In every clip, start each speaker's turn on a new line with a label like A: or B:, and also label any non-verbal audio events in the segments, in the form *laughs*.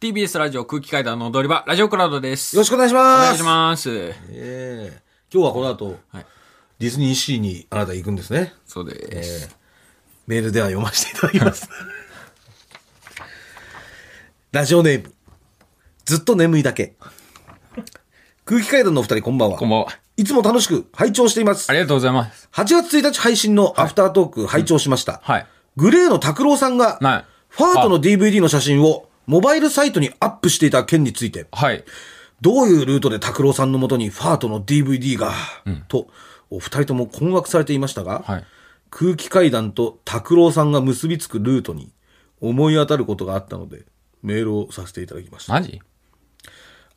A: TBS ラジオ空気階段の踊り場、ラジオクラウドです。
B: よろし
A: く
B: くお願いし
A: お
B: ます。
A: 願いします。
B: ええ今日はこの後、
A: はい。
B: ディズニーシーにあなた行くんですね。
A: そうで
B: え
A: す。
B: えメールでは読ませていただき *laughs* ます。ラジオネーム、ずっと眠いだけ。空気階段のお二人こんばんは。
A: こんばんは。
B: いつも楽しく拝聴しています
A: あ。りがとうございます。
B: 8月1日配信のアフタートーク拝聴しました。
A: はい。
B: グレーの拓郎さんが、
A: はい
B: ファートの DVD の写真をモバイルサイトにアップしていた件について、
A: はい。
B: どういうルートで拓郎さんのもとにファートの DVD が、と、お二人とも困惑されていましたが、
A: はい
B: 空気階段と拓郎さんが結びつくルートに思い当たることがあったので、メールをさせていただきました。
A: マジ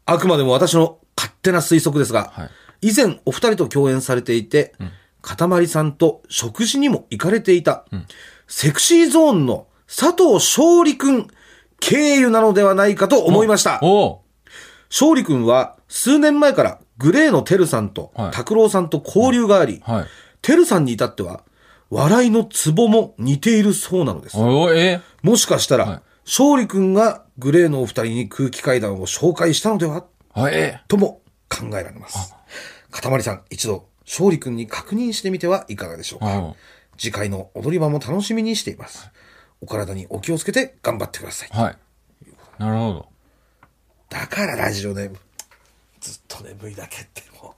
B: あくまでも私の勝手な推測ですが、
A: はい
B: 以前お二人と共演されていて、かたまりさんと食事にも行かれていた、セクシーゾーンの佐藤勝利くん経由なのではないかと思いました。
A: お
B: 勝利君は数年前からグレーのテルさんと
A: はい
B: 拓郎さんと交流があり、
A: ーはい。
B: テルさんに至っては笑いのツボも似ているそうなのです。
A: おーえ
B: もしかしたら、
A: はい
B: 勝利君がグレーのお二人に空気階段を紹介したのでは
A: ーあえ
B: とも考えられます。かたまりさん、一度勝利君に確認してみてはいかがでしょ
A: ー
B: うか。
A: おー
B: 次回の踊り場も楽しみにしています。お体にお気をつけて頑張ってください。
A: はい。なるほど。
B: だからラジオネームずっと眠いだけっても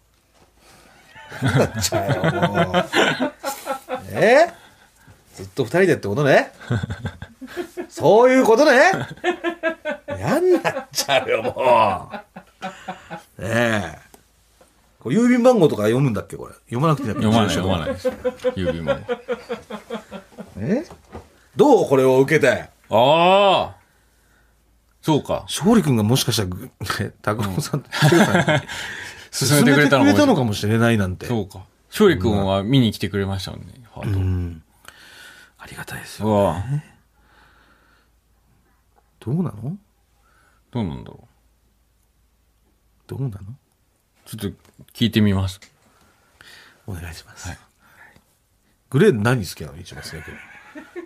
B: うなっちゃうよもうえずっと二人でってことねそういうことねやんなっちゃうよもうねえこれ郵便番号とか読むんだっけこれ読まなくていいんだっけ
A: 読ま *laughs* ない、読まないです。指も。
B: えどうこれを受けて
A: ああそうか。
B: 勝利君がもしかしたらぐ拓
A: *laughs*
B: 郎さんと清さんに
A: 進めてくれたの
B: 進
A: も
B: めてくれたのかもしれないなんて
A: そうか。勝利君は見に来てくれましたもんね、ハート。
B: ありがたいですよ
A: うわ
B: どうなの
A: どうなんだろ
B: どうなの
A: う。ちょっと聞いてみます。
B: お願いします。グレー何好きなの一番好きな曲。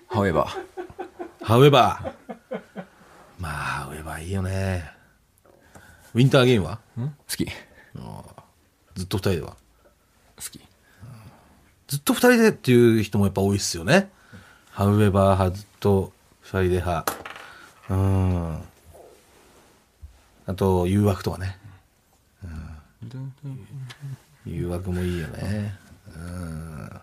A: ハウエバー。
B: ハウエバー。まあ、ハウエバーいいよね。ウィンターゲインは
A: 好き。好
B: ずっと二人では。
A: き。
B: ずっと二人でっていう人もやっぱ多いっすよね。ハウエバー派、ずっと二人で派。うーん。あと、誘惑とかね。うん、誘惑もいいよね。うん。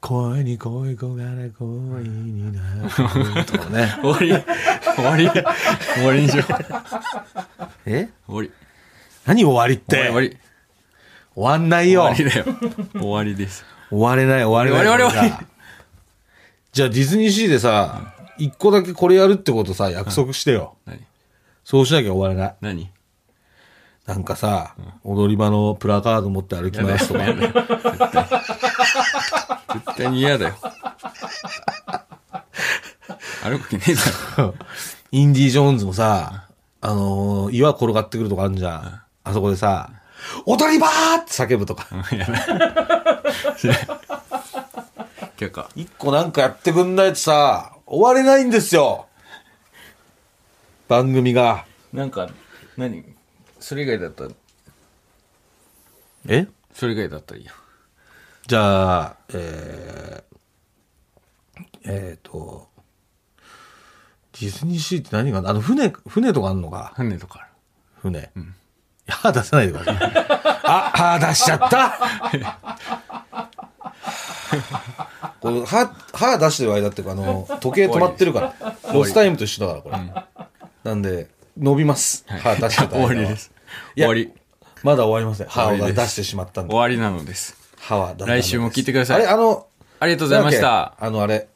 B: 恋に恋焦がれ恋になるとか
A: *laughs*
B: ね。
A: 終わり終わり終わりにしよう。終
B: え
A: わり。
B: 何終わりっ
A: 終わり終
B: て
A: わり。
B: 終わんない
A: 終
B: よ
A: わりだよ。終わりです。
B: 終われない終われない
A: 終わり終わり終わり
B: じゃあディズニーシーでさ、一個だけこれやるってことさ、約束してよ。
A: 何
B: そうしなきゃ終われない。
A: 何
B: なんかさ、踊り場のプラカード持って歩きますとか。
A: 絶対絶対に嫌だよ。歩く気ねえだろ。
B: インディ・ージョーンズもさ、あのー岩転がってくるとかあるじゃん。あそこでさ、踊り場ーって叫ぶとか。
A: 結果。
B: 一個なんかやってくんないとさ、終われないんですよ。番組が。
A: なんか、何それ以外だったら、
B: え
A: それ以外だったらいいよ。
B: じゃあ、えー、えっ、と、ディズニーシーって何があんのあの、船、船とかあんのか
A: 船とか
B: 船。歯出さないでください。あ、歯出しちゃった *laughs* これ歯、歯出してる間っていうか、あの、時計止まってるから、ロスタイムと一緒だから、これ。なんで、伸びます。
A: い
B: 歯出しちゃった間は。
A: 終わりです
B: いや
A: 終わり。
B: まだ終わりません。歯を
A: 終わ
B: 出
A: りです
B: してしまった
A: あ
B: ん
A: る。
B: で
A: 終。わりなのです。
B: 歯は出したんです
A: 来週も聞いてください
B: あれ、あの、
A: ありがとうございまし
B: なんだ
A: た
B: っ。けあの、あれ、